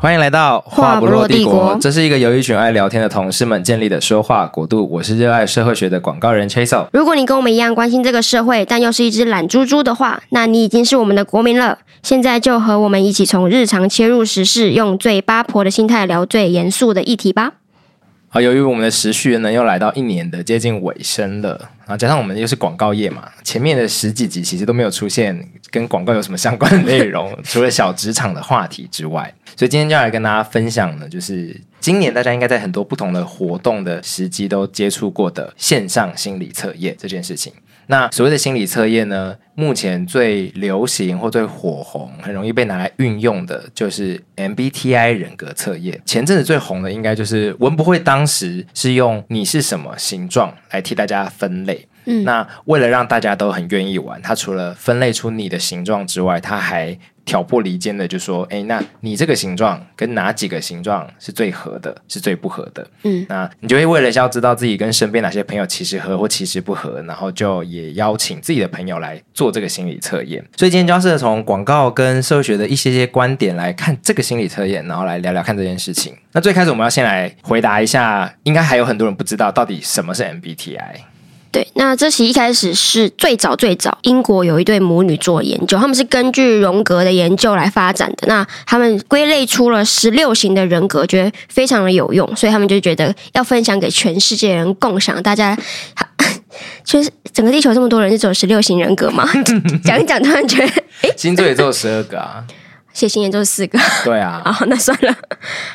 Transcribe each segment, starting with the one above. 欢迎来到话不落帝国这是一个由一群爱聊天的同事们建立的说话国度。我是热爱社会学的广告人 Chaso。如果你跟我们一样关心这个社会，但又是一只懒猪猪的话，那你已经是我们的国民了。现在就和我们一起从日常切入时事，用最八婆的心态聊最严肃的议题吧。啊，由于我们的时序呢又来到一年的接近尾声了，然后加上我们又是广告业嘛，前面的十几集其实都没有出现跟广告有什么相关的内 容，除了小职场的话题之外，所以今天就要来跟大家分享呢，就是今年大家应该在很多不同的活动的时机都接触过的线上心理测验这件事情。那所谓的心理测验呢，目前最流行或最火红、很容易被拿来运用的，就是 MBTI 人格测验。前阵子最红的应该就是文博会，当时是用你是什么形状来替大家分类。嗯那为了让大家都很愿意玩，它除了分类出你的形状之外，它还挑拨离间的就说，哎，那你这个形状跟哪几个形状是最合的，是最不合的？嗯，那你就会为了要知道自己跟身边哪些朋友其实合或其实不合，然后就也邀请自己的朋友来做这个心理测验。所以今天就要试着从广告跟社会学的一些些观点来看这个心理测验，然后来聊聊看这件事情。那最开始我们要先来回答一下，应该还有很多人不知道到底什么是 MBTI。对，那这期一开始是最早最早，英国有一对母女做研究，他们是根据荣格的研究来发展的。那他们归类出了十六型的人格，觉得非常的有用，所以他们就觉得要分享给全世界人共享。大家， 全世整个地球这么多人，就只有十六型人格吗？ 讲一讲，突然觉得星座也只有十二个啊，写信研究四个。对啊， 好，那算了。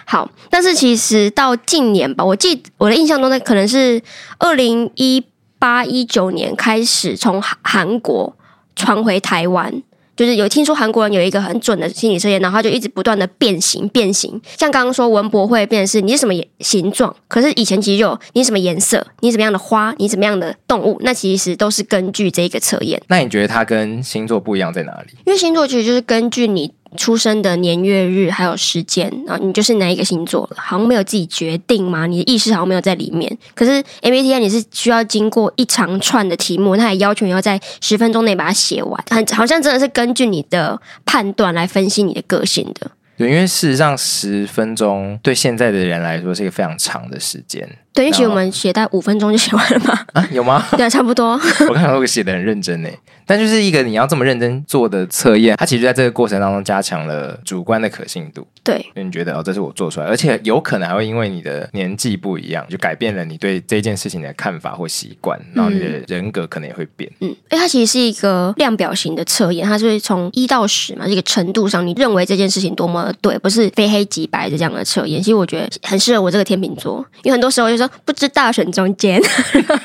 好，但是其实到近年吧，我记我的印象中呢，可能是二零一八一九年开始从韩韩国传回台湾。就是有听说韩国人有一个很准的心理测验，然后他就一直不断的变形变形。像刚刚说文博会变成是你是什么形状，可是以前其实就有你什么颜色，你什么样的花，你什么样的动物，那其实都是根据这个测验。那你觉得它跟星座不一样在哪里？因为星座其实就是根据你出生的年月日还有时间，然后你就是哪一个星座了，好像没有自己决定嘛，你的意识好像没有在里面。可是 MBTI 你是需要经过一长串的题目，它也要求你要在十分钟内把它写完，很好像真的是根据你的判断来分析你的个性的。对，因为事实上十分钟对现在的人来说是一个非常长的时间对，因为其实我们写在五分钟就写完了嘛，啊，有吗？对啊，差不多。 我看到我写的很认真呢，但就是一个你要这么认真做的测验，它其实在这个过程当中加强了主观的可信度，对，因为你觉得哦，这是我做出来，而且有可能还会因为你的年纪不一样，就改变了你对这件事情的看法或习惯，然后你的人格可能也会变。嗯，因为它其实是一个量表型的测验，它是会从一到十嘛，这个程度上，你认为这件事情多么的对，不是非黑即白的这样的测验。其实我觉得很适合我这个天秤座，因为很多时候就说不知道选中间，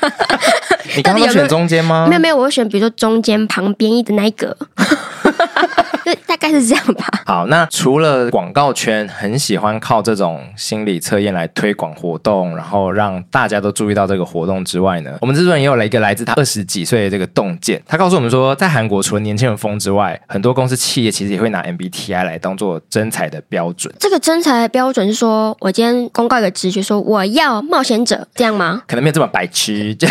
你刚刚说选中间吗？没有没有，我会选比如说中间旁边一的那一个， 就大概是这样吧。好，那除了广告圈很喜欢靠这种心理测验来推广活动，然后让大家都注意到这个活动之外呢，我们制作人也有了一个来自他二十几岁的这个洞见，他告诉我们说，在韩国除了年轻人疯之外，很多公司企业其实也会拿 MBTI 来当做真才的标准。这个真才的标准是说，我今天公告一个职缺，说我要冒险者，这样吗？可能没有这么白痴，就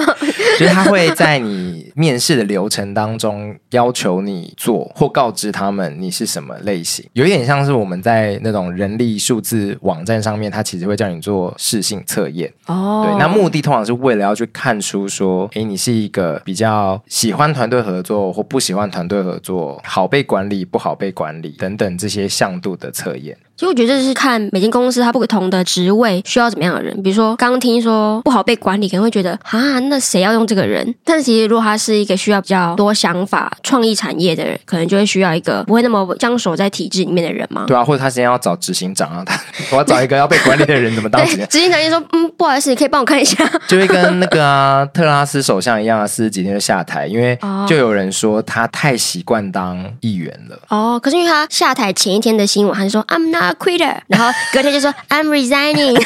就是他会在你面试的流程当中要求你做或告知他们你是什么类型，有一点像是我们在那种人力数字网站上面，他其实会叫你做适性测验。哦对，那目的通常是为了要去看出说，诶，你是一个比较喜欢团队合作或不喜欢团队合作，好被管理不好被管理等等这些向度的测验。其实我觉得这是看每间公司它不同的职位需要怎么样的人。比如说，刚听说不好被管理，可能会觉得啊，那谁要用这个人？但是其实如果他是一个需要比较多想法、创意产业的人，可能就会需要一个不会那么僵守在体制里面的人嘛。对啊，或者他现在要找执行长啊，他 我要找一个要被管理的人，怎么当执行对，长？执行长就说：“嗯，不好意思，你可以帮我看一下。就会跟那个啊特拉斯首相一样啊，四十几天就下台，因为哦就有人说他太习惯当议员 了”。哦，可是因为他下台前一天的新闻，他就说 “I'm not a quitter”，然后隔天就说 “I'm resigning”。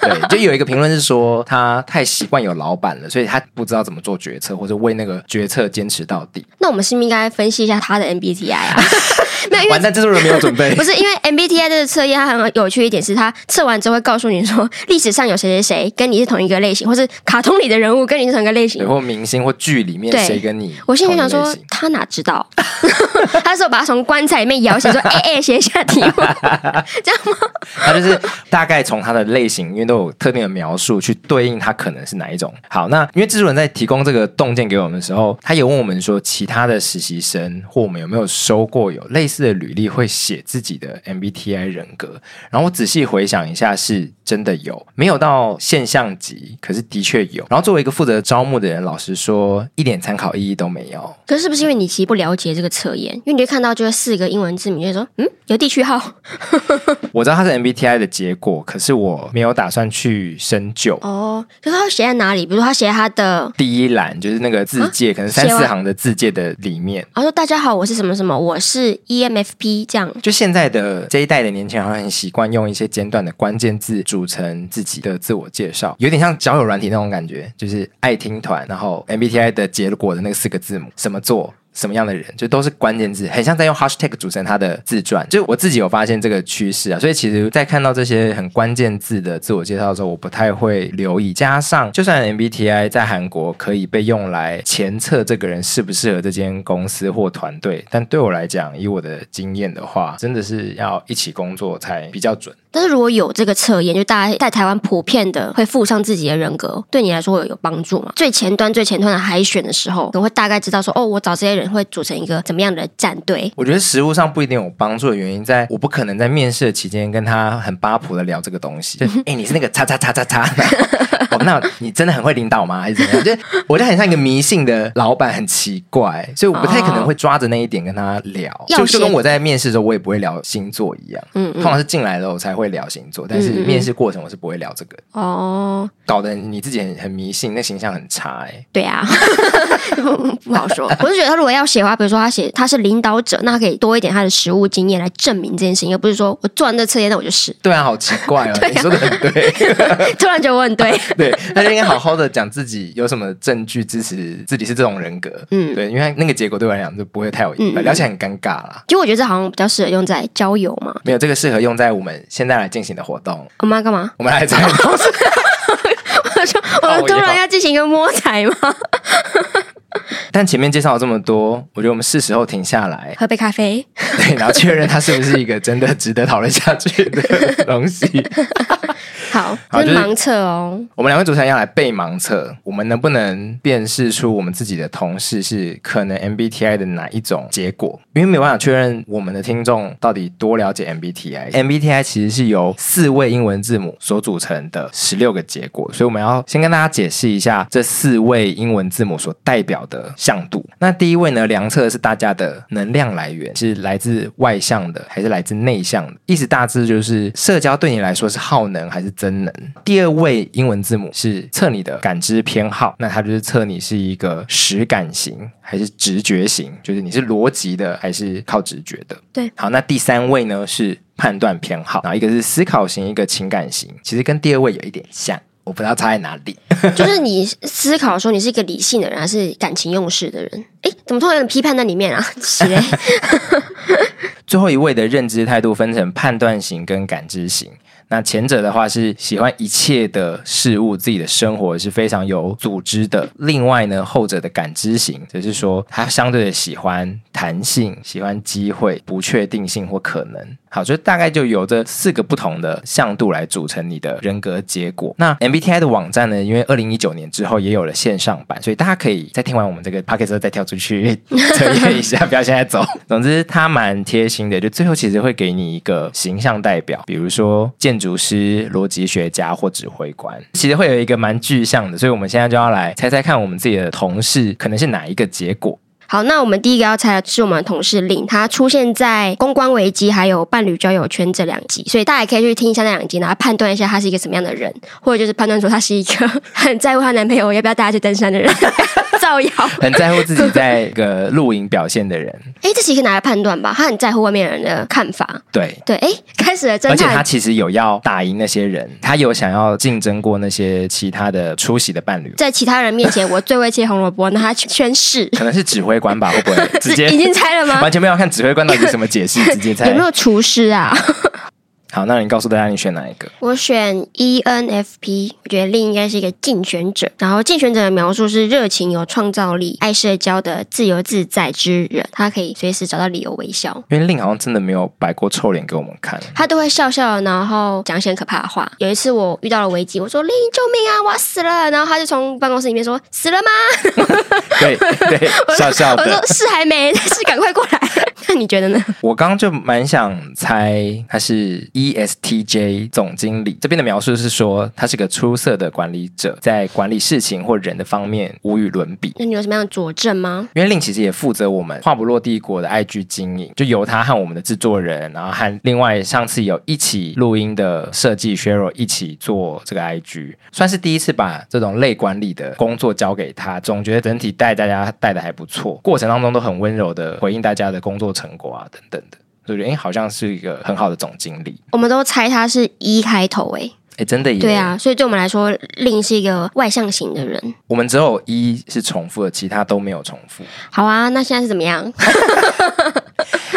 对，就有一个评论是说他太习惯有老板了，所以他不知道怎么做决策，或者为那个决策坚持到底。那我们是不是应该分析一下他的 MBTI 啊？ 没有，因为完蛋，制作人没有准备 不。是因为 MBTI 这个测验，它很有趣一点是，它测完之后会告诉你说，历史上有谁谁谁跟你是同一个类型，或是卡通里的人物跟你是同一个类对，型。或明星或剧里面对谁跟你我心里就想同一说类型，他哪知道？ 他说把他从棺材里面摇起来，说：“ 哎、哎、写一下题目，这样吗他就是大概从他的类型，因为都有特定的描述去对应他可能是哪一种。好，那因为制作人在提供这个洞见给我们的时候，他有问我们说，其他的实习生或我们有没有收过有类似的履历会写自己的 MBTI 人格？然后我仔细回想一下，是真的有，没有到现象级，可是的确有。然后作为一个负责招募的人，老实说，一点参考意义都没有。？”可是是不是因为你其实不了解这个测验？因为你就看到就是四个英文字母，你就说：“嗯，有地区号我知道它是 MBTI 的结果，可是我没有打算去深究。哦。”可是他会写在哪里？比如说他写在他的，第一栏就是那个字界，可能三写完四行的字界的里面。他说：“大家好，我是什么什么，我是 E EMFP。”这样就现在的这一代的年轻人，好像很习惯用一些简短的关键字组成自己的自我介绍，有点像交友软体那种感觉，就是爱听团，然后 MBTI 的结果的那四个字母，什么做。什么样的人，就都是关键字，很像在用 hashtag 组成他的自传。就我自己有发现这个趋势啊，所以其实，在看到这些很关键字的自我介绍的时候，我不太会留意。加上，就算 MBTI 在韩国可以被用来前测这个人适不适合这间公司或团队，但对我来讲，以我的经验的话，真的是要一起工作才比较准。但是如果有这个测验，就大家在台湾普遍的会附上自己的人格，对你来说会有帮助吗？最前端、最前端的海选的时候，可能会大概知道说，哦，我找这些人会组成一个怎么样的战队。我觉得实物上不一定有帮助的原因，在我不可能在面试的期间跟他很八婆的聊这个东西。嗯就哎、诶你是那个叉叉叉叉叉， 然后哦，那你真的很会领导吗？还是怎么样？就我就很像一个迷信的老板，很奇怪，所以我不太可能会抓着那一点跟他聊。要就就跟先我在面试的时候，我也不会聊星座一样。嗯通常是进来了我才会聊星座，但是嗯嗯嗯面试过程我是不会聊这个，哦，搞得你自己很很迷信，那形象很差哎、诶对啊， 不好说。我是觉得他如果要写的话，比如说他写他是领导者，那他可以多一点他的实务经验来证明这件事情，而不是说我做完这测验，那我就是。 对啊，好奇怪哦，你说的很对。突然觉得我很对， 对，他就应该好好的讲自己有什么证据支持自己是这种人格。嗯，嗯对，因为那个结果对我来讲就不会太有意义，嗯嗯嗯而且很尴尬啦。就我觉得这好像比较适合用在交友嘛。没有这个适合用在我们现在来进行的活动，我妈干嘛？我们来猜我说哦我们突然要进行一个摸彩吗？ 但前面介绍了这么多，我觉得我们是时候停下来，喝杯咖啡。对，然后确认它是不是一个真的值得讨论下去的东西。好，好这就是是盲测哦。我们两位主持人要来背盲测，我们能不能辨识出我们自己的同事是可能 MBTI 的哪一种结果？因为没有办法确认我们的听众到底多了解 MBTI。MBTI 其实是由四位英文字母所组成的十六个结果，所以我们要先跟大家解释一下这四位英文字母所代表的向度。那第一位呢，量测是大家的能量来源，是来自外向的还是来自内向的？意思大致就是社交对你来说是耗能还是增能？第二位英文字母是测你的感知偏好，那它就是测你是一个实感型还是直觉型，就是你是逻辑的还是靠直觉的。对，好，那第三位呢是判断偏好，然后一个是思考型，一个情感型，其实跟第二位有一点像，我不知道差在哪里。就是你思考说你是一个理性的人还是感情用事的人？哎，怎么突然有点批判在里面啊？ 是嘞，最后一位的认知态度分成判断型跟感知型。那前者的话是喜欢一切的事物，自己的生活是非常有组织的。另外呢，后者的感知型，就是说他相对的喜欢弹性，喜欢机会、不确定性或可能。好，就大概就由这四个不同的向度来组成你的人格结果。那 MBTI 的网站呢，因为二零一九年之后也有了线上版，所以大家可以在听完我们这个 p o c k e t 之后再跳出去 测验一下，不要现在走。总之，它蛮贴心的，就最后其实会给你一个形象代表，比如说建筑师、逻辑学家或指挥官，其实会有一个蛮具象的。所以我们现在就要来猜猜看，我们自己的同事可能是哪一个结果。好，那我们第一个要猜的是我们的同事令，他出现在公关危机还有伴侣交友圈这两集，所以大家也可以去听一下那两集，然后判断一下他是一个什么样的人，或者就是判断出他是一个 很在乎她男朋友要不要带她去登山的人， 造谣。很在乎自己在一个露营表现的人，哎，这其实可以拿来判断吧，他很在乎外面人的看法。对，对，哎，开始了侦而且他探。其实有要打赢那些人，他有想要竞争过那些其他的出席的伴侣，在其他人面前，我最会切红萝卜，那他宣誓。可能是指挥官吧？会不会直接已经猜了吗完全没有看指挥官到底什么解释， 直接猜有没。有厨师啊？好，那你告诉大家你选哪一个？我选 E ENFP，我觉得另应该是一个竞选者。然后竞选者的描述是热情、有创造力、爱社交的自由自在之人，他可以随时找到理由微笑。因为令好像真的没有摆过臭脸给我们 看。他都会笑笑的，然后讲一些很可怕的话。有一次我遇到了危机，我说：“令，救命啊，我要死了！”然后他就从办公室里面说：“死了吗对对，笑？”笑我的。：“说是还没，但是赶快过 来。”那你觉得呢？我刚刚就蛮想猜他是 E ESTJ 总经理。这边的描述是说他是个出色的管理者，在管理事情或人的方面无与伦比。那你有什么样的佐证吗？因为令其实也负责我们话不落帝国的 IG 经营，就由他和我们的制作人，然后和另外上次有一起录音的设计 Sheryl 一起做这个 IG，算是第一次把这种类管理的工作交给他，总觉得整体带大家带的还不错，过程当中都很温柔的回应大家的工作成果啊等等的，所以我觉得诶好像是一个很好的总经理，我们都猜他是一、开头诶、哎真的耶，对，啊，所以对我们来说，令是一个外向型的人。我们只有一是重复的，其他都没有重复。好啊，那现在是怎么样？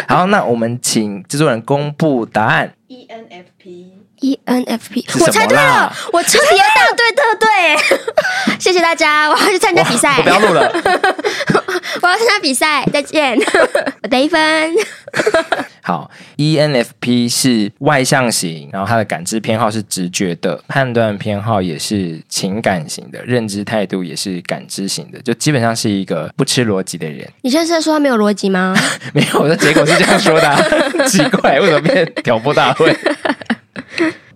好，那我们请制作人公布答案。 ENFP E ENFP，是我什猜么对啦了，我彻底要大对特对， 谢谢大家，我要去参加比赛我，不要录了。我要参加比赛，再见， 我得一分。好，ENFP ，E 是外向型，然后他的感知偏好是直觉的，判断偏好也是情感型的，认知态度也是感知型的，就基本上是一个不吃逻辑的人。 你现在是在说他没有逻辑吗？ 没有，我的结果是这样说的啊、奇怪，为什么变挑拨大会？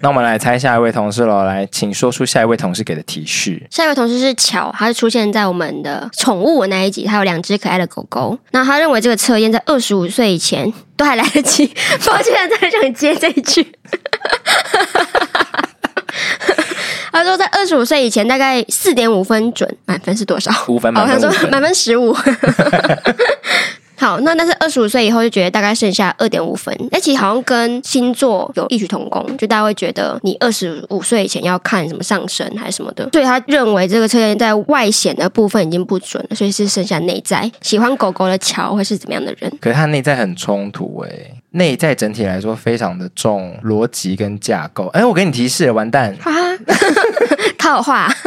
那我们来猜下一位同事喽，来，请说出下一位同事给的提示。下一位同事是巧，他是出现在我们的宠物我那一集，他有两只可爱的狗狗。那他认为这个测验在二十五岁以前都还来得及， 抱歉，再让你接这一句。 他说在二十五岁以前大概四点五分准，满分是多少？五分哦，满他分说五分满分十五。 好，那但是二十五岁以后就觉得大概剩下二点五分，那其实好像跟星座有异曲同工，就大家会觉得你二十五岁以前要看什么上升还是什么的，所以他认为这个测验在外显的部分已经不准了，所以是剩下内在。喜欢狗狗的乔会是怎么样的人？可是他内在很冲突诶、内在整体来说非常的重逻辑跟架构。哎，我给你提示了，完蛋， 哈哈，套话。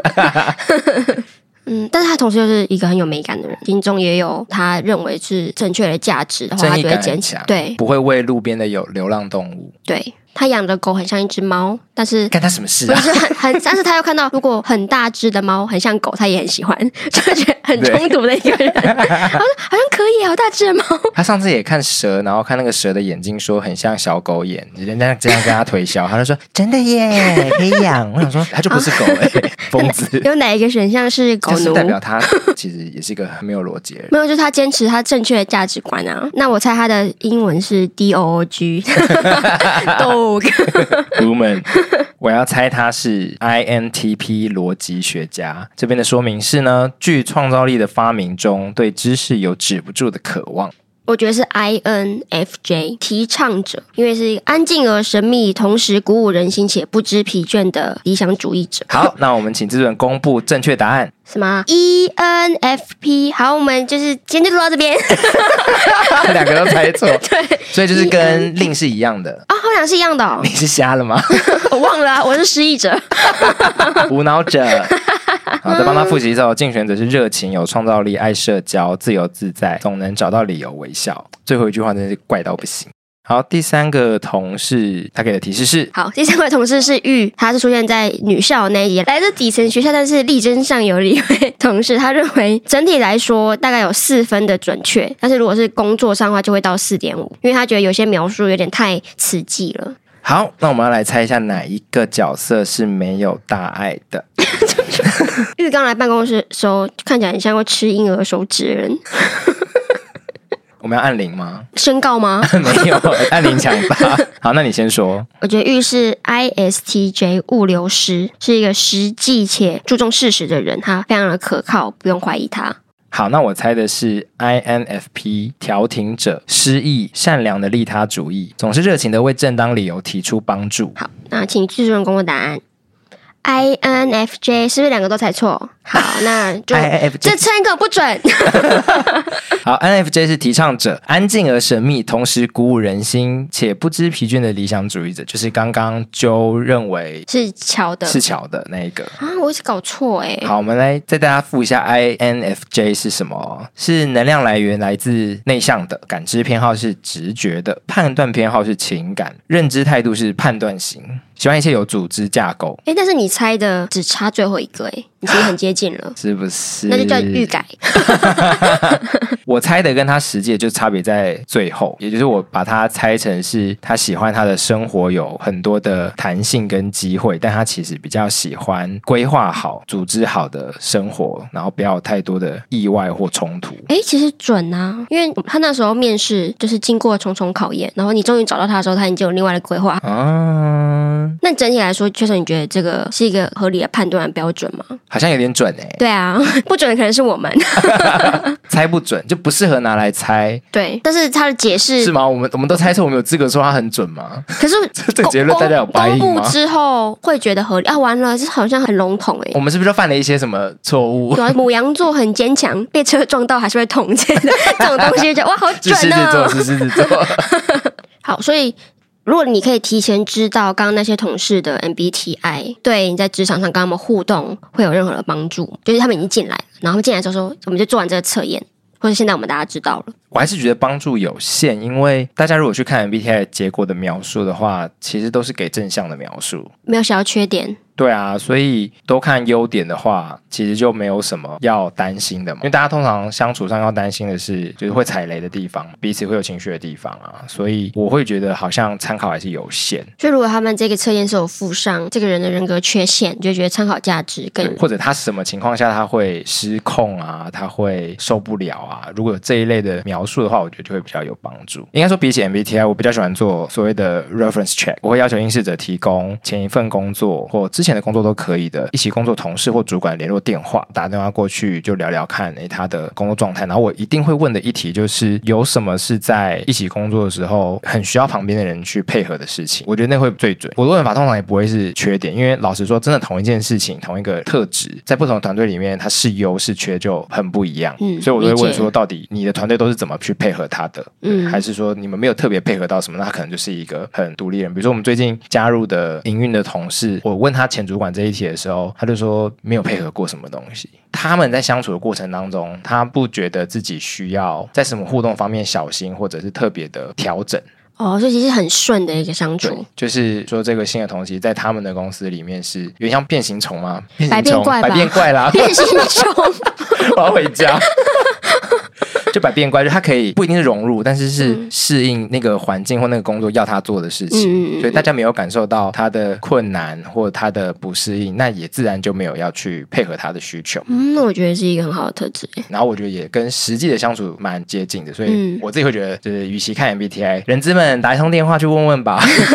嗯，但是他同时又是一个很有美感的人，心中也有他认为是正确的价值的话，正他义就会感坚很持强，。对不会为路边的有流浪动物。对，他养的狗很像一只猫，但 是干他什么事不 啊？是很很， 但是他又看到如果很大只的猫很像狗，他也很喜欢， 就觉得很冲突的一个人。好像好像可以啊，好大只的 猫，他上次也看蛇，然后看那个蛇的眼睛，说很像小狗眼，人家这样跟他推销，他就说真的 耶，可以养。我想说他就不是狗哎、疯 子，有哪一个选项是狗就是奴？代表他其实也是一个很没有逻 辑的人。没有，就是他坚持他正确的价值观啊。那我猜他的英文是 D O O G dog。 Woman，我要猜他是 INTP 逻辑学家。这边的说明是呢，具创造力的发明中，对知识有止不住的渴望。我觉得是 I N F J 提倡者，因为是一个安静而神秘，同时鼓舞人心且不知疲倦的理想主义者。好，那我们请制作人公布正确答 案。什么 E N F P？好，我们就是今天就录到这 边。两个都猜错，对，所以就是跟令是一样的。啊、好像是一样的、哦你，是瞎了吗？ 我忘了啊、我是失忆者。无脑者。好，再帮他复习一下哦。竞选者是热情、有创造力、爱社交、自由自在，总能找到理由微笑。最后一句话真的是怪到不行。好，第三个同事他给的提示是，好，第三位同事是玉，她是出现在女校那一集，来自底层学校，但是力争上游的一位同事。他认为整体来说大概有四分的准确，但是如果是工作上的话，就会到四点五，因为他觉得有些描述有点太词记了。好，那我们要来猜一下哪一个角色是没有大爱的？玉刚来办公室的时候，看起来很像会吃婴儿手指的人，我们要按铃吗？ 申告吗？没有，按铃抢答。好，那你先说。我觉得玉是 ISTJ 物流师，是一个实际且注重事实的人，他非常的可靠，不用怀疑他。好，那我猜的是 INFP 调停者，失意、善良的利他主义，总是热情的为正当理由提出帮助。好，那请制作人公布答案。 INFJ 是不是两个都猜错？好，那就 INFJ 这称个 不准。好，INFJ 是提倡者，安静而神秘，同时鼓舞人心且不知疲倦的理想主义者，就是刚刚 Joe 认为是巧的是巧的那一个。啊，我一直搞错哎、好，我们来再大家复一下 INFJ 是什么哦？是能量来源来自内向的，感知偏好是直觉的，判断偏好是情感，认知态度是判断型，喜欢一些有组织架构，，哎、但是你猜的只差最后一个哎、你其实很接近了是不是？那就叫预改。我猜的跟他实际的就差别在最后，也就是我把它猜成是他喜欢他的生活有很多的弹性跟机会，但他其实比较喜欢规划好、组织好的生活，然后不要有太多的意外或冲突。哎、其实准啊，因为他那时候面试就是经过重重考验，然后你终于找到他的时候，他已经有另外的规划。啊，那整体来说，确实你觉得这个是一个合理的判断标准吗？好像有点准哎、对啊， 不准的可能是我们。猜不准就不适合拿来猜，对，但是他的解是释，吗？我们我们都猜测，我们有资格说它很准吗？ 可是这这个结论公大家有白公应布吗？之后会觉得合理啊？完了，这好像很笼统哎、我们是不是都犯了一些什么错误？对啊，母羊座很坚强，被车撞到还是会痛， 这样的这种东西就哇，好 是狮准子座，哦。是狮子座。好，所以如果你可以提前知道刚刚那些同事的 MBTI，对你在职场上跟他们互动会有任何的帮助，就是他们已经进来了，然后他们进来之后说，我们就做完这个测验，或者现在我们大家知道了， 我还是觉得帮助有限，因为大家如果去看 MBTI 结果的描述的话，其实都是给正向的描述。没有小缺点，对啊，所以都看优点的话，其实就没有什么要担心的嘛。因为大家通常相处上要担心的是，就是会踩雷的地方，彼此会有情绪的地方啊。所以我会觉得好像参考还是有限，所以如果他们这个测验是有附上这个人的人格缺陷，你就觉得参考价值更对，或者他什么情况下他会失控啊，他会受不了啊。如果有这一类的描述的话，我觉得就会比较有帮助。应该说，比起 MBTI，我比较喜欢做所谓的 reference check，我会要求应试者提供前一份工作或之前的工作都可以的一起工作同事或主管联络电话，打电话过去就聊聊看，诶，他的工作状态。然后我一定会问的一题就是，有什么是在一起工作的时候很需要旁边的人去配合的事情？我觉得那会最准。我的问法通常也不会是缺点，因为老实说，真的同一件事情、同一个特质，在不同的团队里面，它是优是缺就很不一样。嗯所以我都会理问解说，到底你的团队都是怎么去配合他的？嗯还是说你们没有特别配合到什么？那他可能就是一个很独立人。比如说我们最近加入的营运的同事，我问他前主管这一题的时候，他就说没有配合过什么东西。他们在相处的过程当中，他不觉得自己需要在什么互动方面小心，或者是特别的调整。哦，所以其实很顺的一个相对处。，就是说这个新的同事在他们的公司里面是有点像变形虫吗？变百形变虫，怪吧百变怪 啦，变形虫，我要回家。 就百变怪，就他可以不一定是融入，但是是适应那个环境或那个工作要他做的事嗯嗯嗯情，嗯所以大家没有感受到他的困难或他的不适应，那也自然就没有要去配合他的需求。嗯，那我觉得是一个很好的特质。然后我觉得也跟实际的相处蛮接近的，所以嗯我自己会觉得，就是与其看 MBTI，人资们打一通电话去问问吧。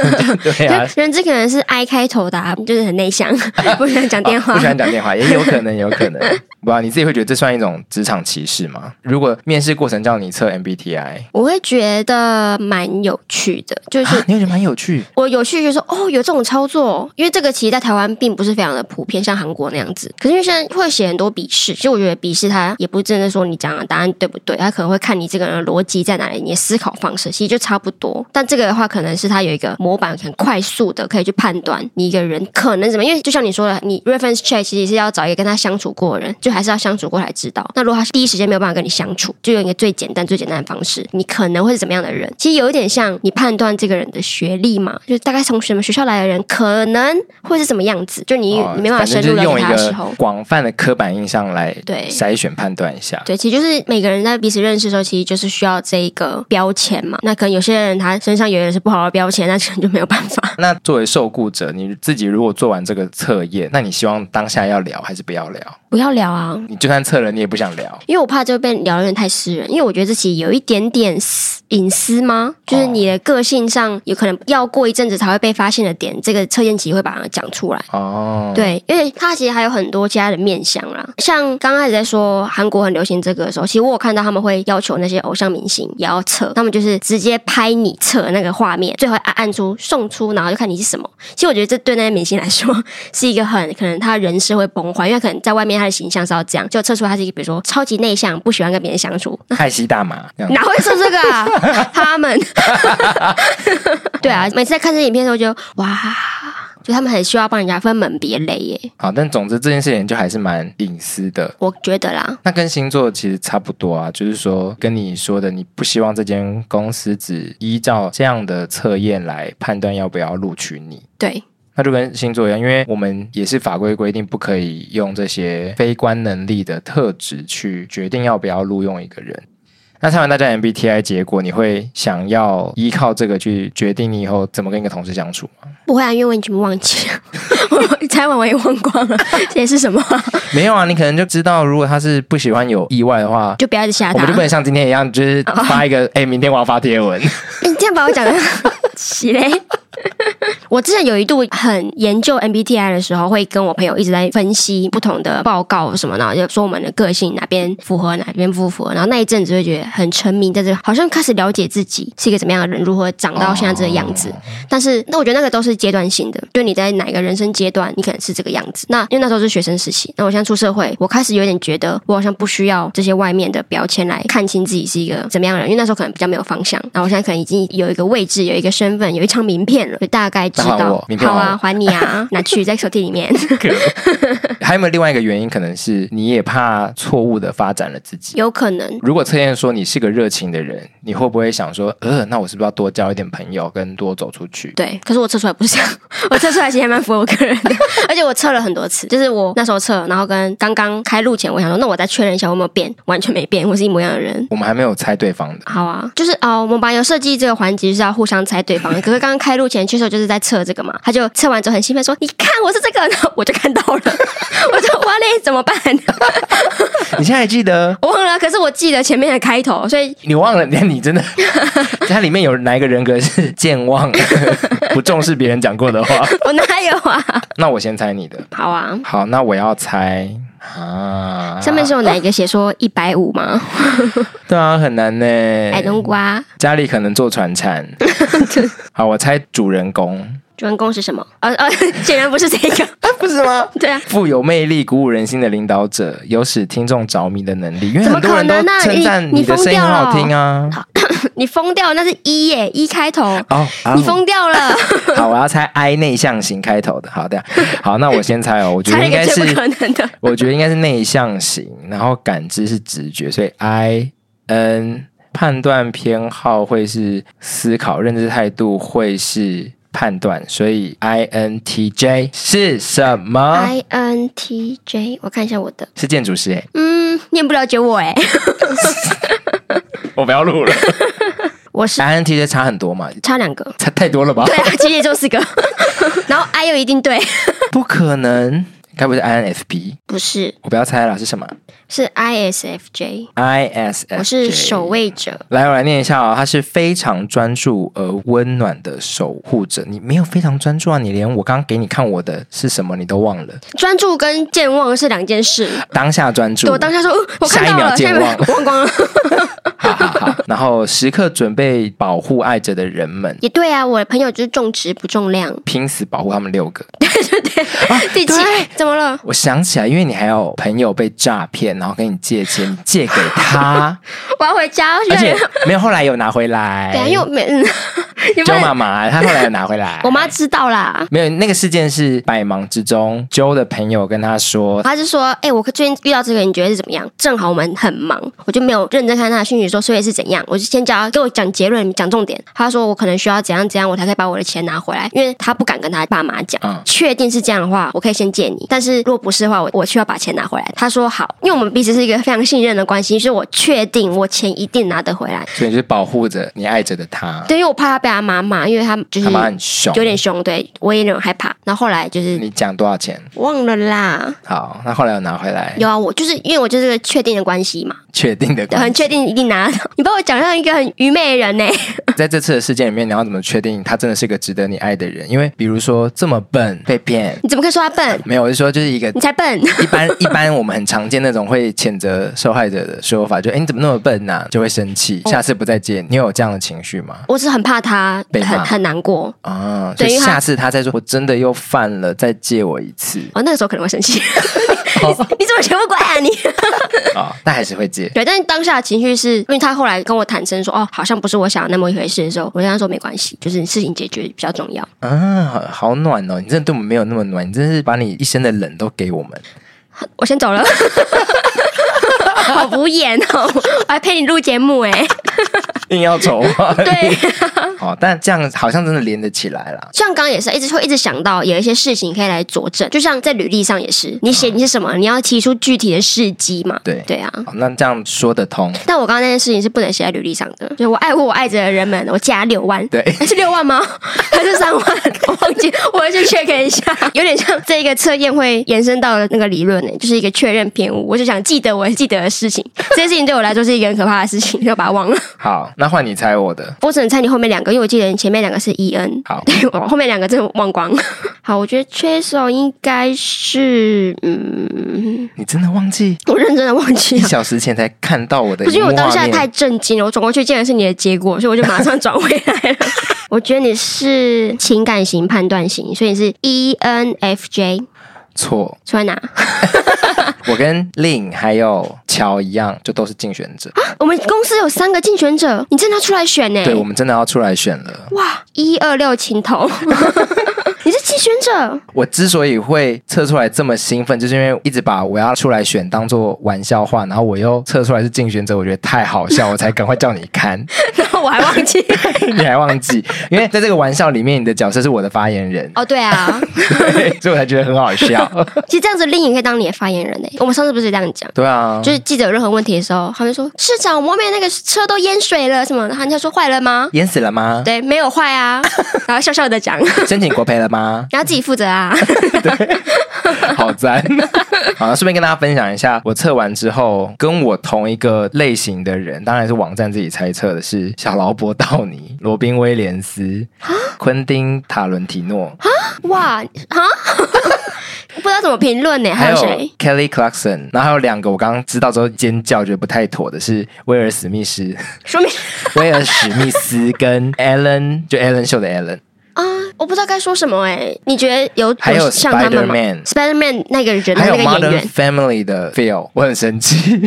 对啊，就人之可能是 I 开头的、啊，就是很内向， 不喜欢讲电话啊不。喜欢讲电话，也有可能，有可 能。不知道你自己会觉得这算一种职场歧视吗？如果面试过程叫你测 MBTI，我会觉得蛮有趣的，就是 啊你会觉得蛮有趣。我有趣就说哦，有这种操作，因为这个其实在台湾并不是非常的普遍，像韩国那样子。可是因为现在会写很多笔试，其实我觉得笔试它也不真的说你讲的答案对不对，它可能会看你这个人的逻辑在哪里，你的思考方式其实就差不多。但这个的话，可能是它有一个模板，很快速的可以去判断你一个人可能怎么样，因为就像你说的，你 reference check 其实是要找一个跟他相处过的人，就还是要相处过才知道。那如果他第一时间没有办法跟你相处，就用一个最简单、最简单的方式，你可能会是怎么样的人？其实有一点像你判断这个人的学历嘛，就是大概从什么学校来的人，可能会是什么样子，就你、哦你没办法深反正入就是用了解一他的时候个。广泛的刻板印象来对筛选判断一下。对，其实就是每个人在彼此认识的时候，其实就是需要这一个标签嘛。那可能有些人他身上有的是不好的标签，那可能就没有办法。那作为受雇者，你自己如果做完这个测验，那你希望 当下要聊还是不要聊？不要聊啊，你就算测了，你也不想聊。因为我怕就被聊的人太失私人，因为我觉得这其实有一点点私隐私吗？就是你的个性上有可能要过一阵子才会被发现的点，这个测验其实会把它讲出来。哦，，对，因为它其实还有很多其他的面向啦，像刚开始在说韩国很流行这个的时候，其实我有看到他们会要求那些偶像明星也要测，他们就是直接拍你测那个画面，最后按按出送出，然后就看你是什么。其实我觉得这对那些明星来说是一个很可能他人设会崩坏，因为可能在外面他的形象是要这样，就测出他是一个比如说超级内向，不喜欢跟别人相处，泰西大麻这样。哪会说这个 啊？他们，对啊，每次在看这些影片的时候就哇。就他们很需要帮人家分门别类耶，好，但总之这件事情就还是蛮隐私的。我觉得啦，那跟星座其实差不多啊，就是说跟你说的，你不希望这间公司只依照这样的测验来判断要不要录取你。对那就跟星座一样，因为我们也是法规规定不可以用这些非观能力的特质去决定要不要录用一个人。那看完大家 MBTI 结果，你会想要依靠这个去决定你以后怎么跟一个同事相处吗？不会啊，因为我已经忘记了， 我猜完我也忘光了，这也是什么啊、没有啊，你可能就知道，如果他是不喜欢有意外的话，就不要一直吓我他们就。不能像今天一样，就是发一个哎、明天我要发贴文。你这样把我讲的 起嘞。我之前有一度很研究 MBTI 的时候，会跟我朋友一直在分析不同的报告什么，然后就说我们的个性哪边符合哪边不符合，然后那一阵子会觉得很沉迷在这个，好像开始了解自己是一个怎么样的人，如何长到现在这个样子。但是那我觉得那个都是阶段性的，就你在哪个人生阶段，你可能是这个样子。那因为那时候是学生时期，那我现在出社会，我开始有点觉得我好像不需要这些外面的标签来看清自己是一个怎么样的人，因为那时候可能比较没有方向。然后我现在可能已经有一个位置，有一个身份，有一张名片了，就大概知那还道我名。片好还我啊，还你啊，拿去在手提里 面，还有没有另外一个原因，可能是你也怕错误的发展了自己。有可能。如果测验说你是个热情的人，你会不会想说，呃，那我是不是要多交一点朋友，跟多走出去？对，可是我测出来不是这样， 我测出来其实还蛮符合我个人的， 而且我测了很多次，就是我那时候测，然后跟刚刚开录前，我想说，那我再确认一下我有没有变，完全没变，我是一模一样的人。我们还没有猜对方的，好啊，就是哦，我们本来有设计这个环节，就是要互相猜对方的。可是刚刚开录前，缺手就是在测这个嘛，他就测完之后很兴奋说：“你看我是这个。”然 后我就看到了，我说：“哇嘞，怎么办？你现在还记得？我忘了。”啊可是我记得前面的开头，所以 你忘了？你你真的， 它里面有哪一个人格是健忘， 不重视别人讲过的话？我哪有啊？那我先猜你的。 好啊，好，那我要猜啊，上面是有哪一个写 说一百五吗？对啊，很难呢。矮冬瓜。家里可能做传 产。好，我猜主人公，主人公是什么？呃呃， 显然不是这个。 不是吗？对啊，富有魅力、鼓舞人心的领导者，有使听众着迷的能力。因为怎么很多人都可能啊称赞你你的疯声音掉很了好听啊。你疯掉，那是一耶，一开头。哦，啊 你疯 掉了，好， 我要猜 I 内向型开头的。好的，好，那我先猜哦。我觉猜得了应一个该最不是，可能的。 我觉得应该是内向型，然后感知是直觉，所以 I N 判断偏好会是思考，认知态度会是判断，所以 I N T J 是什么？ I N T J，我看一下我的，是建筑师哎、嗯，你也不了解我哎，我不要录了。 我是 I N T J 差很多嘛，差两个，差 太多了吧？ 对啊，其实也就 四个，然后 I 又一定对，不可能，该不是 I N F P？ 不是，我不要猜了，是什么是 ISFJ， ？I S F？我是守卫者，来，我来念一下啊、他是非常专注而温暖的守护者。你没有非常专注啊，你连我刚刚给你看我的是什么你都忘 了。专注跟健忘是两件事。当下专注，对我当嗯下说，哦我看下一到秒了，健忘我 忘光了。哈哈哈。然后时刻准备保护爱着的人们，也对啊，我的朋友就是重质不重量。拼死保护他们六个。第七怎么了？我想起来，因为你还有朋友被诈骗，然后跟你借钱，你借给他， 我要回家，而且没有后来有拿回来。对啊，因为我每 嗯，你不周能。妈妈她后来有拿回来 我妈知道啦。没有那个事件是百忙之中，周的朋友跟他 说，她就说：“哎、我最近遇到这个，你觉得是怎么样？”正好我们很忙，我就没有认真看她的讯息，说所以是怎样。我就先叫她给我讲结论，讲重点。她说我可能需要怎样怎样，我才可以把我的钱拿回来，因为她不敢跟她爸妈讲。嗯确定是这样的话，我可以先借你；但是如果不是的话，我我需要把钱拿回来。她说好，因为我们彼此是一个非常信任的关系，所以我确定我钱一定拿得回来。所以就是保护着你爱着的他。对，因为我怕他被被他妈骂，因为他就是他妈很凶，嗯有点凶，对我也有点害怕。然后后来就是你讲多少钱？忘了啦，好，那后来有拿回来，有啊，我就是因为我就是个确定的关系嘛，确定的关很系。确定一定拿 得到。你把我讲像一个很愚昧的人呢、 在这次的事件里面，你要怎么确定他真的是个值得你爱的人？因为比如说这么笨被骗，你怎么可以说他笨？没有，我是说就是一个你 才笨！一般一般我们很常见那种会谴责受害者的说法，就哎、诶你怎么那么笨呐、就会生气，哦下次不再见。你有这样的情绪吗？我是很怕他被骂很很难过。啊，所对以因为他下次他再说我真的又犯了，再借我一 次哦，那个时候可能会生 气，你你怎么全部怪啊你？ 啊、但还是会借。对，但是当下的情绪是因为他后来跟我坦诚说，哦，好像不是我想的那么一回事的时候，我跟他说没关系，就是事情解决比较重要。啊，好好暖哦！你真的对我们没有那么暖，你真是把你一身的冷都给我 们。我 先走了，好敷衍哦，我还陪你录节目哎，硬要丑化你，对。哦，但这样 好像真的连得起来啦。像刚刚也是，一直会一直想到有一些事情可以来佐证，就像在履历上也是，你写你是什么，你要提出具体的事迹嘛。对对啊。好，那这样说得通。但我刚刚那件事情是不能写在履历上的，就是我爱护我爱着的人们，我加六万， 对诶是六万吗？还是三万？我忘记，我会去 check 一下。有点像这一个测验会延伸到的那个理论呢、就是一个确认偏误。我就想记得我记得的事情，这件事情对我来说是一个很可怕的事情，就把它忘了。好，那换你猜我的。我只能猜你后面两个，因为我记得你前面两个是 E N，好对我后面两个真的忘光。好，我觉得缺手应该是，嗯，你真的忘 记我认真的忘记一 了。小时前才看到我的不是荧因为幕我当画下面，太震惊了，我转过去竟然是你的结果，所以我就马上转回来了。 我觉得你是情感型、判断型，所以你是 E N F J，错。出在哪？我跟令还有乔一样，就都是竞选 者。我们公司有三个竞选者，你真的要出来选呢、对，我们真的要出来选了。哇，一二六情头， 你是竞选者，我之所以会测出来这么兴奋，就是因为一直把我要出来选当做玩笑话，然后我又测出来是竞选者，我觉得太好笑，我才赶快叫你看， 然后我还忘记。你还忘记？因为在这个玩笑里面，你的角色是我的发言人， 哦，对啊，对所以我才觉得很好 笑。其实这样子，令颖可以当你的发言人诶、我们上次不是这样讲，对啊，就是记者有任何问题的时候，他们说市长，我们外面那个车都淹水了什么，然后人家说坏了吗？淹死了 吗？对，没有坏啊，然后笑笑的讲，申请国赔了吗？然后自己负责 啊。好 赞！好，顺便跟大家分享一下，我测完之后，跟我同一个类型的人，当然是网站自己猜测的是小劳勃道尼、罗宾威廉斯、啊昆汀塔伦提诺，哇，哈， 不知道怎么评论呢，还还有有谁？ Kelly Clarkson，然后还有两个我刚刚知道之后尖叫觉得不太妥的是威尔史密 斯、说明威尔史密斯跟 Alan，就 Alan 秀的 Alan，啊，我不知道该说什么哎，你觉得有还有像他们吗 Spider-Man Spiderman 那个人还那有个演 Modern 员？ Family 的 Phil，我很生气。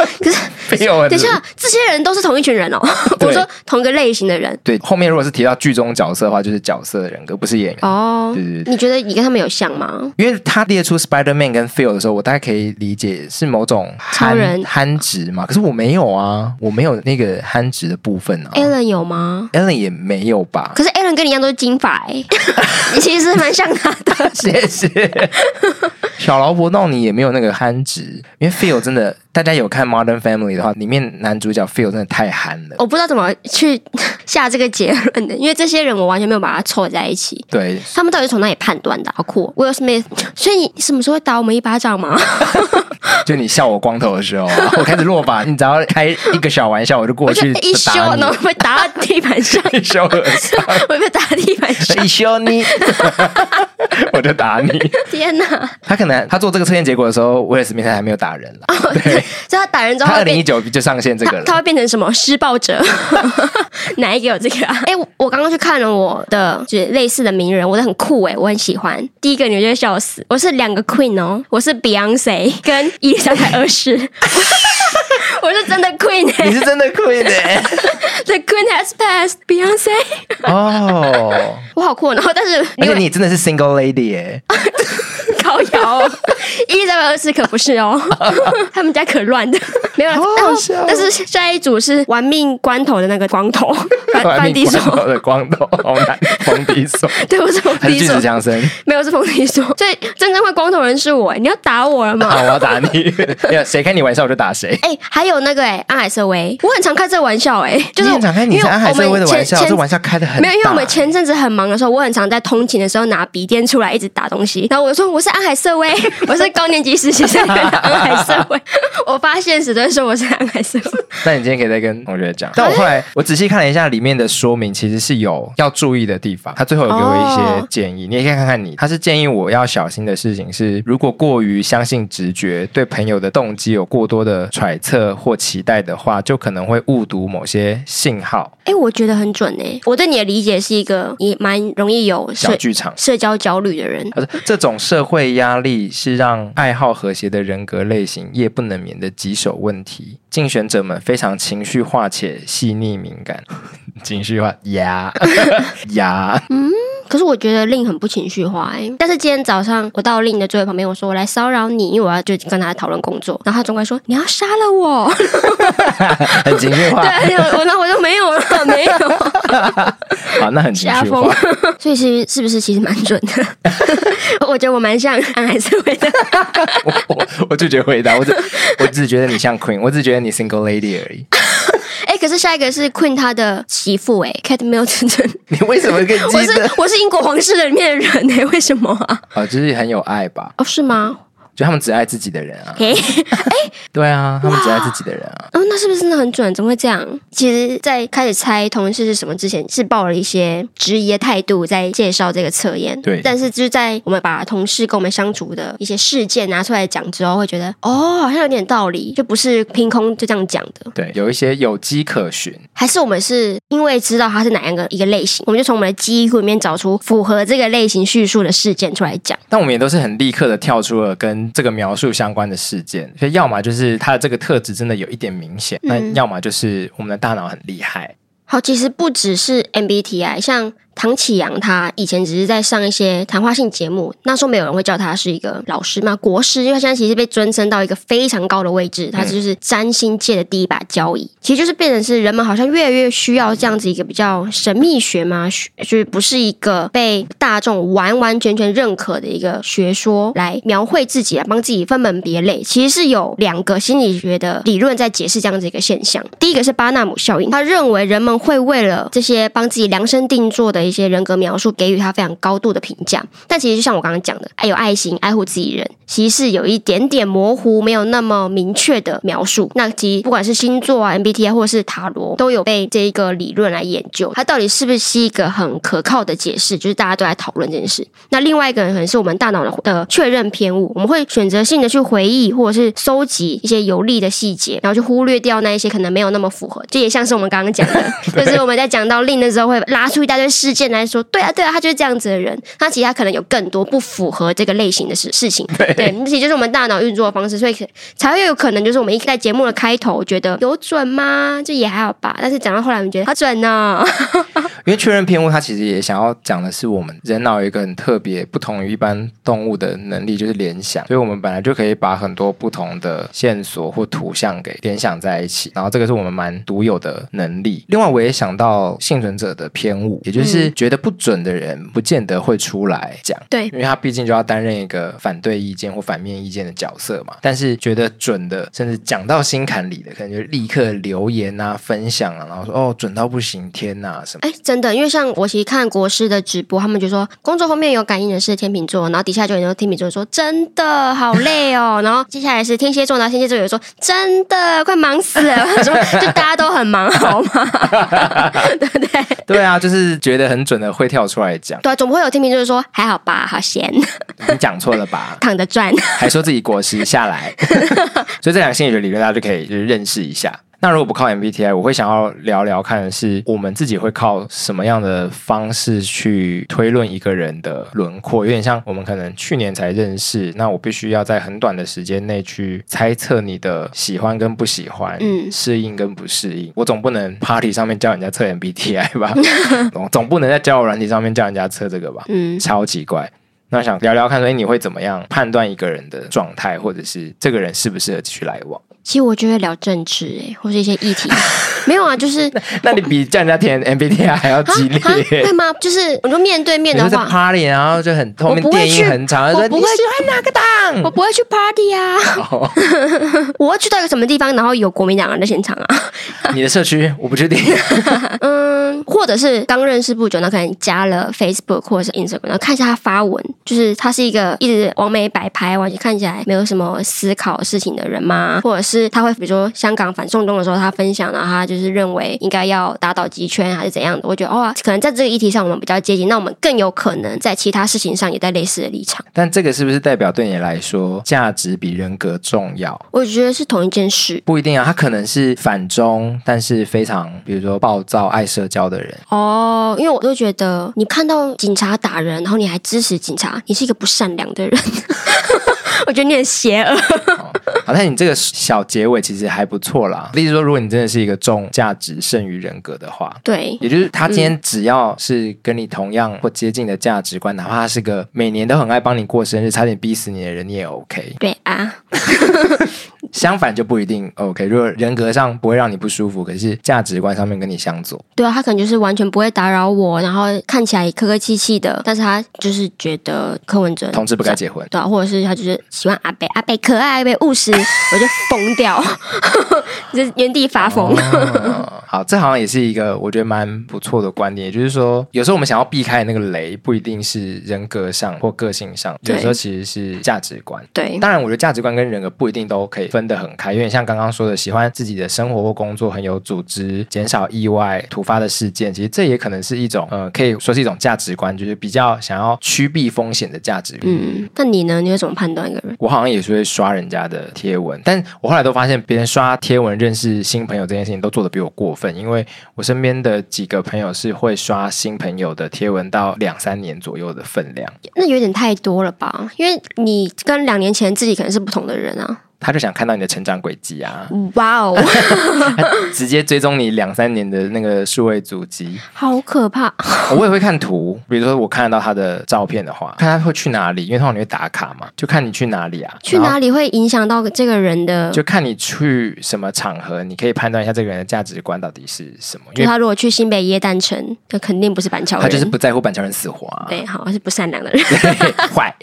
可是 Phil，等一下，这些人都是同一群人哦，啊对我说同一个类型的人对，后面如果是提到剧中角色的话，就是角色的人格，不是演员。哦对对。对你觉得你跟他们有像吗？因为他列出 Spider Man 跟 Phil 的时候，我大概可以理解是某种超人憨憨直嘛，可是我没有啊，我没有那个憨直的部分啊。 Alan 有吗？ Ellen 也没有吧？可是 Alan 跟你一样都是金发哎、 你其实蛮像他的。 谢谢。小劳勃道尼也没有那个憨直，因为 Phil 真的，大家有看 Modern Family 的话，里面男主角 Phil 真的太憨了。我不知道怎么去下这个结论的，因为这些人我完全没有把它凑在一起。对，他们到底是从哪里判断的？好酷哦！Will Smith，所以你什么时候会打我们一巴 掌吗？就你笑我光头的时候啊，我开始落发，你只要开一个小玩笑，我就我过就去一休，打然后你，被打到地 板上，一休而上，我被打到地板上。一休你， 我就打你。天哪！他可能他做这个测验结果的时候，威尔史密斯还没有打人了。对，所以他打人之后哦他会二零一变。九就上线这个他了。他会变成什么施暴 者？哪一个有这个啊？哎、我我刚刚去看了我的就是类似的名人，我的很酷哎、我很喜欢。第一个你们就会笑死，我是两个 Queen 哦，我是 Beyonce 跟伊丽莎白二世， 我是真的 Queen 哎、你是真的亏的 The Queen has passed Beyonce， 哦，我好酷哦。然后但是 而因且为你真的是 single lady 哎， 高瑶、哦，伊丽莎白二世可不是哦，他们家可乱的。没有啦好好但我笑但是下一组是玩命关头的那个光 头， 翻翻地手，的光头，好 难，光地手， 对，我是冯还是迪巨手石，强 森？ 没有是冯迪手，所以真正会光头人是我、欸，你要打我了吗？啊，我要打你！ 没有谁开你玩笑我就打谁。 哎、还有那个哎、安海瑟薇，我很常开这个玩笑哎、就是你很想开你因是为安海我们瑟薇的玩笑，前这前玩笑开的很大欸没有，因为我们前阵子很忙的时候，我很常在通勤的时候拿笔电出来一直打东西，然后我就说我是安海瑟薇，我是高年级实习生的安海瑟薇， 我发现时都会说我是安海瑟薇，那你今天可以再跟同学讲。但我后来我仔细看了一下里面的说明，其实是有要注意的地方。他最后有给我一些建议，你也可以看看你。他是建议我要小心的事情是，如果过于相信直觉，对朋友的动机有过多的揣测或期待的话，就可能会误读某些信号。哎、我觉得很准哎、我对你的理解是一个也蛮容易有小社剧场。社交焦虑的人， 他说：“这种社会压力是让爱好和谐的人格类型夜不能眠的棘手问题。竞选者们非常情绪化且细腻敏感， 情绪化呀 呀，可是我觉得令很不情绪化哎、但是今天早上我到令的座位旁边，我说我来骚扰你，因为我要就跟他讨论工作，然后他总管说你要杀了我， 很情绪化对，。我我那我就没有了，没有。 好，那很情家绪风化。，所以是是不是其实蛮准的？ 我觉得我蛮像安海瑟薇的。 我 我我拒绝回答，我只我只觉得你像 Queen，我只觉得你 single lady 而已。 哎、可是下一个是 Queen 她的媳妇哎、c a t Middleton，你为什么可以我记是得？我是英国皇室的里面的人哎、为什么啊？哦，就是很有爱吧？哦，是吗？就他们只爱自己的人啊。 嘿、对啊，他们只爱自己的人啊。哦，那是不是真的很准？怎么会这样？其实，在开始猜同事是什么之前，是抱了一些质疑的态度在介绍这个测验。对但是就是在我们把同事跟我们相处的一些事件拿出来讲之后，会觉得哦，好像有点道理，就不是凭空就这样讲的。对，有一些有迹可循。还是我们是因为知道它是哪样的一个类型，我们就从我们的记忆库里面找出符合这个类型叙述的事件出来讲。但我们也都是很立刻的跳出了跟这个描述相关的事件，所以要么就是他的这个特质真的有一点明显，那、嗯要么就是我们的大脑很厉害。好，其实不只是 MBTI，像唐启阳他以前只是在上一些谈话性节目，那时候没有人会叫他是一个老师嘛，国师，因为他现在其实被尊升到一个非常高的位置，他就是占星界的第一把交椅。其实就是变成是人们好像越来越需要这样子一个比较神秘学嘛，学就是不是一个被大众完完全全认可的一个学说来描绘自己，来帮自己分门别类。其实是有两个心理学的理论在解释这样子一个现象。第一个是巴纳姆效应，他认为人们会为了这些帮自己量身定做的一些人格描述，给予他非常高度的评价。但其实就像我刚刚讲的，爱有爱心、爱护自己人，其实是有一点点模糊，没有那么明确的描述。那其实不管是星座啊、MBTI 或是塔罗，都有被这一个理论来研究，它到底是不是一个很可靠的解释？就是大家都在讨论这件事。那另外一个可能是我们大脑的的确认偏误，我们会选择性的去回忆或者是搜集一些有利的细节，然后去忽略掉那一些可能没有那么符合。这也像是我们刚刚讲的，就是我们在讲到令的时候会拉出一大堆事件来说，对啊对啊，他就是这样子的人。那其实他可能有更多不符合这个类型的事事情，对，那其实就是我们大脑运作的方式，所以可才会有可能就是我们一在节目的开头觉得有准吗？这也还好吧，但是讲到后来我们觉得他准呢、因为确认偏误，它其实也想要讲的是我们人脑有一个很特别、不同于一般动物的能力，就是联想。所以我们本来就可以把很多不同的线索或图像给联想在一起，然后这个是我们蛮独有的能力。另外，我也想到幸存者的偏误，也就是觉得不准的人，不见得会出来讲。对因为他毕竟就要担任一个反对意见或反面意见的角色嘛。但是觉得准的，甚至讲到心坎里的，可能就立刻留言啊、分享啊，然后说哦准到不行，天呐什么。哎，真的，因为像我其实看国师的直播，他们就说工作方面有感应的是天秤座，然后底下就有人说天秤座说真的好累哦，然后接下来是天蝎座，然后天蝎座有人说真的快忙死了，我说就大家都很忙好吗？对不对？对啊，就是觉得很准的会跳出来讲，对啊，总不会有天秤座说还好吧，好闲，？你讲错了吧躺着赚。还说自己国师下来，所以这两个心理学理论大家就可以就是认识一下。那如果不靠 MBTI，我会想要聊聊看的是我们自己会靠什么样的方式去推论一个人的轮廓，有点像我们可能去年才认识，那我必须要在很短的时间内去猜测你的喜欢跟不喜欢，嗯适应跟不适应。我总不能 party 上面叫人家测 MBTI 吧，总总不能在交友软体上面叫人家测这个吧，嗯，超奇怪。那想聊聊看说，哎，你会怎么样判断一个人的状态，或者是这个人适不适合继续来往？其实我就会聊政治、欸，或是一些议题。没有啊，就是那你比叫人家填 MBTI 还要啊激烈啊，。会吗？就是我说面对面你的说在话， party，然后就很后我面不会电音去很长，说我你不会喜欢哪个 党？我不会去 party 啊， 哦我要去到一个什么地方，然后有国民党人在现场啊。你的社区我不确定。 嗯，或者是刚认识不久，那可能加了 Facebook 或者是 Instagram，然后看一下他发文，就是他是一个一直往美摆拍，完全看起来没有什么思考事情的人嘛，或者是他会比如说香港反送中的时候，他分享，然后他就是认为应该要打倒集权还是怎样的，我觉得哇、可能在这个议题上我们比较接近，那我们更有可能在其他事情上也在类似的立场，但这个是不是代表对你来说，价值比人格重要？我觉得是同一件事。不一定啊，他可能是反中，但是非常比如说暴躁、爱社交的人。哦，因为我都觉得你看到警察打人，然后你还支持警察，你是一个不善良的人。 我觉得你很邪恶。 好，但你这个小结尾其实还不错啦。例如说，如果你真的是一个重价值胜于人格的话。对，也就是他今天只要是跟你同样或接近的价值观，哪怕他是个每年都很爱帮你过生日、差点逼死你的人，你也 OK。对啊，相反就不一定 OK。如果人格上不会让你不舒服，可是价值观上面跟你相左，对啊，他可能就是完全不会打扰我，然后看起来也客客气气的，但是他就是觉得柯文哲同志不该结 婚。对啊，或者是他就是喜欢阿北，阿北可爱，阿北务实，我就疯掉， 就是原地发疯。哦 好，这好像也是一个我觉得蛮不错的观点，也就是说，有时候我们想要避开的那个雷，不一定是人格上或个性上，对有时候其实是价值观。对，当然，我觉得价值观跟人格不一定都可以分得很开，有点像刚刚说的，喜欢自己的生活或工作很有组织，减少意外突发的事件，其实这也可能是一种呃，可以说是一种价值观，就是比较想要趋避风险的价值观。嗯，那你呢？你会怎么判断一个人？我好像也是会刷人家的贴文，但我后来都发现，别人刷贴文认识新朋友这件事情都做得比我过分，因为我身边的几个朋友是会刷新朋友的贴文到两三年左右的分量，那有点太多了吧？因为你跟两年前自己可能是不同的人啊。他就想看到你的成长轨迹啊，哇 哦，他直接追踪你两三年的那个数位足迹。好可怕！我也会看图，比如说我看得到他的照片的话，看他会去哪里，因为通常你会打卡嘛，就看你去哪里啊，去然后哪里会影响到这个人的？就看你去什么场合，你可以判断一下这个人的价值观到底是什么，因为就他如果去新北耶诞城，那肯定不是板桥人，他就是不在乎板桥人死活啊，对，好是不善良的人。 坏。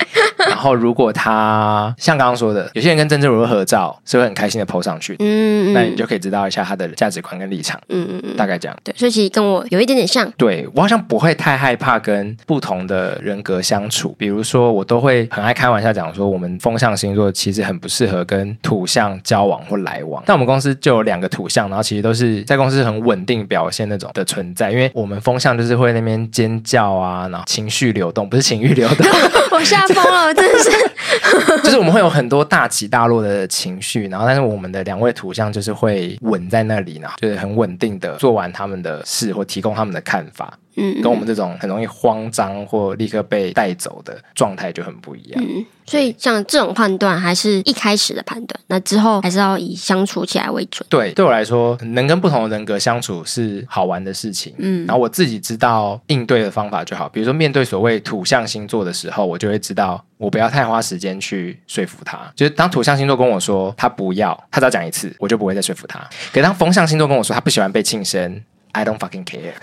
然后如果他像刚刚说的，有些人跟郑志儒合照是会很开心的 PO 上去，嗯，嗯那你就可以知道一下他的价值观跟立场，嗯嗯嗯，大概这样。对，所以其实跟我有一点 点像。对我好像不会太害怕跟不同的人格相处，比如说我都会很爱开玩笑讲说，我们风象星座其实很不适合跟土象交往或来往。但我们公司就有两个土象，然后其实都是在公司很稳定表现那种的存在，因为我们风象就是会那边尖叫啊，然后情绪流动，不是情欲流动，我吓疯了，我真的是。 就是我们会有很多大起大落的情绪，然后但是我们的两位图像就是会稳在那里，然后就是很稳定的做完他们的事或提供他们的看法，嗯，跟我们这种很容易慌张或立刻被带走的状态就很不一样。嗯，所以像这种判断，还是一开始的判断，那之后还是要以相处起来为准。对，对我来说，能跟不同的人格相处是好玩的事情。嗯然后我自己知道应对的方法就好，比如说面对所谓土象星座的时候，我就会知道我不要太花时间去说服他。就是当土象星座跟我说他不要，他只要讲一次，我就不会再说服他。可是当风象星座跟我说他不喜欢被庆生。I don't fucking care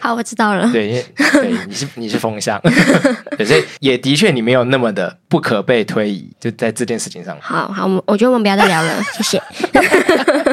好，我知道了。 对。因为对，你是你是风象， 对，所以也的确你没有那么的不可被推移，就在这件事情上。好好，我们我觉得我们不要再聊了，谢 谢。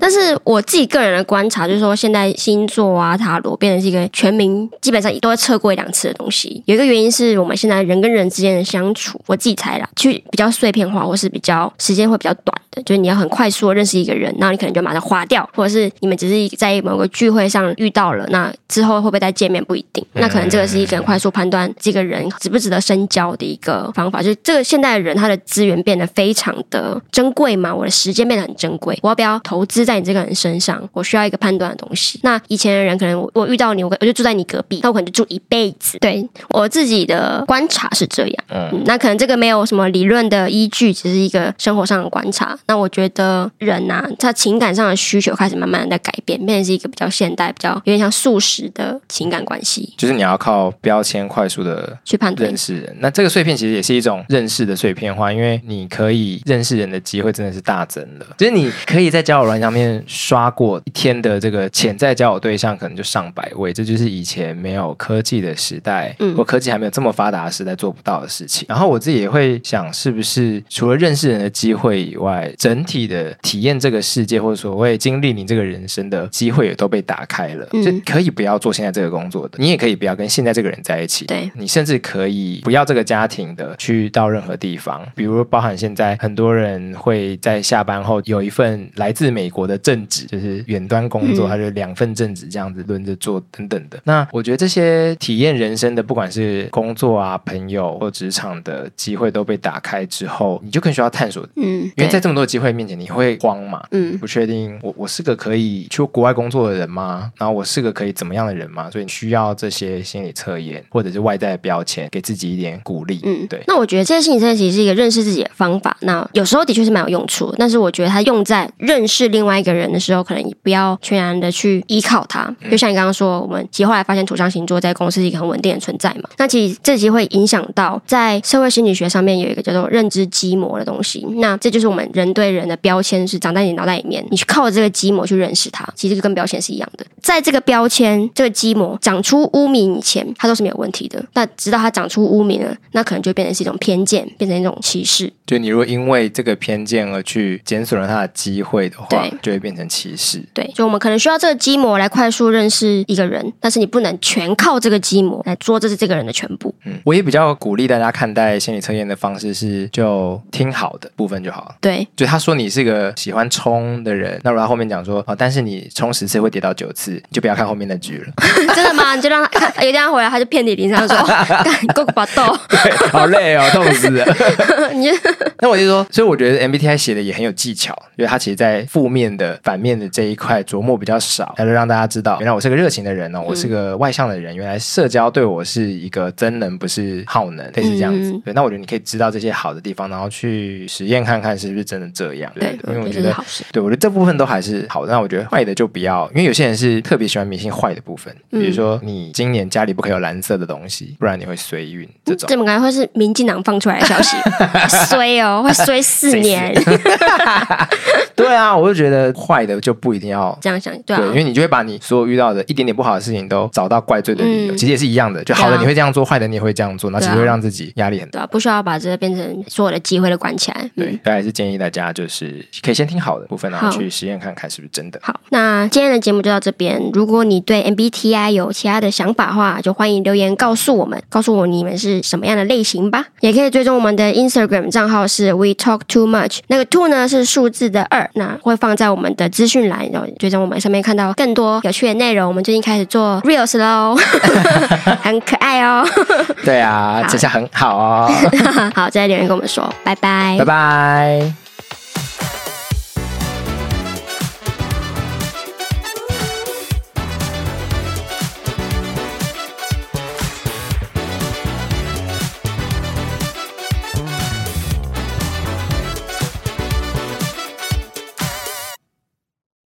但是我自己个人的观察就是说，现在星座啊、塔罗变成是一个全民基本上都会测过一两次的东西。有一个原因是我们现在人跟人之间的相处，我自己猜啦，去比较碎片化，或是比较时间会比较短的，就是你要很快速地认识一个人，然后你可能就马上划掉，或者是你们只是在某个聚会上遇到了，那之后会不会再见面不一定。那可能这个是一个很快速判断这个人值不值得深交的一个方法，就是这个现代的人他的资源变得非常的珍贵嘛，我的时间变得很珍贵，我要不要投资在你在你这个人身上，我需要一个判断的东西。那以前的人可能我我遇到你，我我就住在你隔壁，那我可能就住一辈子。对我自己的观察是这样，嗯，那可能这个没有什么理论的依据，只是一个生活上的观察。那我觉得人呐、他情感上的需求开始慢慢的在改变，变成是一个比较现代、比较有点像素食的情感关系就是你要靠标签快速的去判断认。识人。那这个碎片其实也是一种认识的碎片化，因为你可以认识人的机会真的是大增了。就是你可以在交友软件上面刷过一天的这个潜在交友对象，可能就上百位，这就是以前没有科技的时代，嗯或科技还没有这么发达的时代做不到的事情。然后我自己也会想，是不是除了认识人的机会以外，整体的体验这个世界，或者所谓经历你这个人生的机会也都被打开了，嗯就可以不要做现在这个工作的，你也可以不要跟现在这个人在一起，对你甚至可以不要这个家庭的，去到任何地方，比如包含现在很多人会在下班后有一份来自美国的正职，就是远端工作，嗯他就两份正职这样子轮着做等等的。那我觉得这些体验人生的，不管是工作啊、朋友或职场的机会都被打开之后，你就更需要探索，嗯，因为对在这么多机会面前，你会慌嘛？嗯不确定我我是个可以去国外工作的人吗？然后我是个可以怎么样的人吗？所以你需要这些心理测验或者是外在的标签，给自己一点鼓励。嗯，对。那我觉得这些心理测验其实是一个认识自己的方法。那有时候的确是蛮有用处的，但是我觉得它用在认识另外一个人的时候，可能也不要全然的去依靠他。就像你刚刚说，我们其实后来发现土象星座在公司是一个很稳定的存在嘛。那其实这其实会影响到在社会心理学上面有一个叫做认知基模的东西。那这就是我们人对人的标签是长在你脑袋里面，你去靠着这个基模去认识它，其实就跟标签是一样的。在这个标签、这个基模长出污名以前，它都是没有问题的。那直到它长出污名了，那可能就变成是一种偏见，变成一种歧视。就你如果因为这个偏见而去减损了他的机会的话对，就会变成歧视。对，就我们可能需要这个基模来快速认识一个人，但是你不能全靠这个基模来说这是这个人的全部。嗯，我也比较鼓励大家看待心理测验的方式是，就听好的部分就好了。对， 就他说你是个喜欢冲的人，那如果他后面讲说哦，但是你冲十次会跌到九次，你就不要看后面那句了， 真的吗？你就让他 看，有一天他回来他就遍体鳞伤说， 干够把豆， 对好累哦，痛死了。你就那我就说，所以我觉得 MBTI 写的也很有技巧，因为它其实在负面的、反面的这一块琢磨比较少，它就让大家知道，原来我是个热情的人嗯哦，我是个外向的人，原来社交对我是一个增能，不是耗能，类似这样子。嗯对，那我觉得你可以知道这些好的地方，然后去实验看看是不是真的这样。对，因为我我觉觉得这是得好事。对，我觉得这部分都还是好的。那我觉得坏的就不要，因为有些人是特别喜欢迷信坏的部分，嗯比如说你今年家里不可以有蓝色的东西，不然你会衰运这种。这么感觉会是民进党放出来 的消息，衰哦，会衰四年。对啊，我就觉得坏的就不一定要这样想，对啊，对，因为你就会把你所有遇到的一点点不好的事情都找到怪罪的理由，嗯其实也是一样的，就好的对啊你会这样做，坏的你也会这样做，那其实对啊会让自己压力很大。对啊，不需要把这个变成所有的机会都关起来。对嗯，，所以还是建议大家就是可以先听好的部分，然后好去实验看看是不是真的。好，那今天的节目就到这边。如果你对 MBTI 有其他的想法的话，就欢迎留言告诉我们，告诉我你们是什么样的类型吧。也可以追踪我们的 Instagram 账号是 We Talk Too Much，那个 two 呢是数字的二，那会放在我们的资讯栏，然后追踪我们上面看到更多有趣的内容。我们最近开始做 Reels 喽， 很可爱哦。对啊，好这下很好哦， 好，再留言跟我们说，拜拜拜。拜。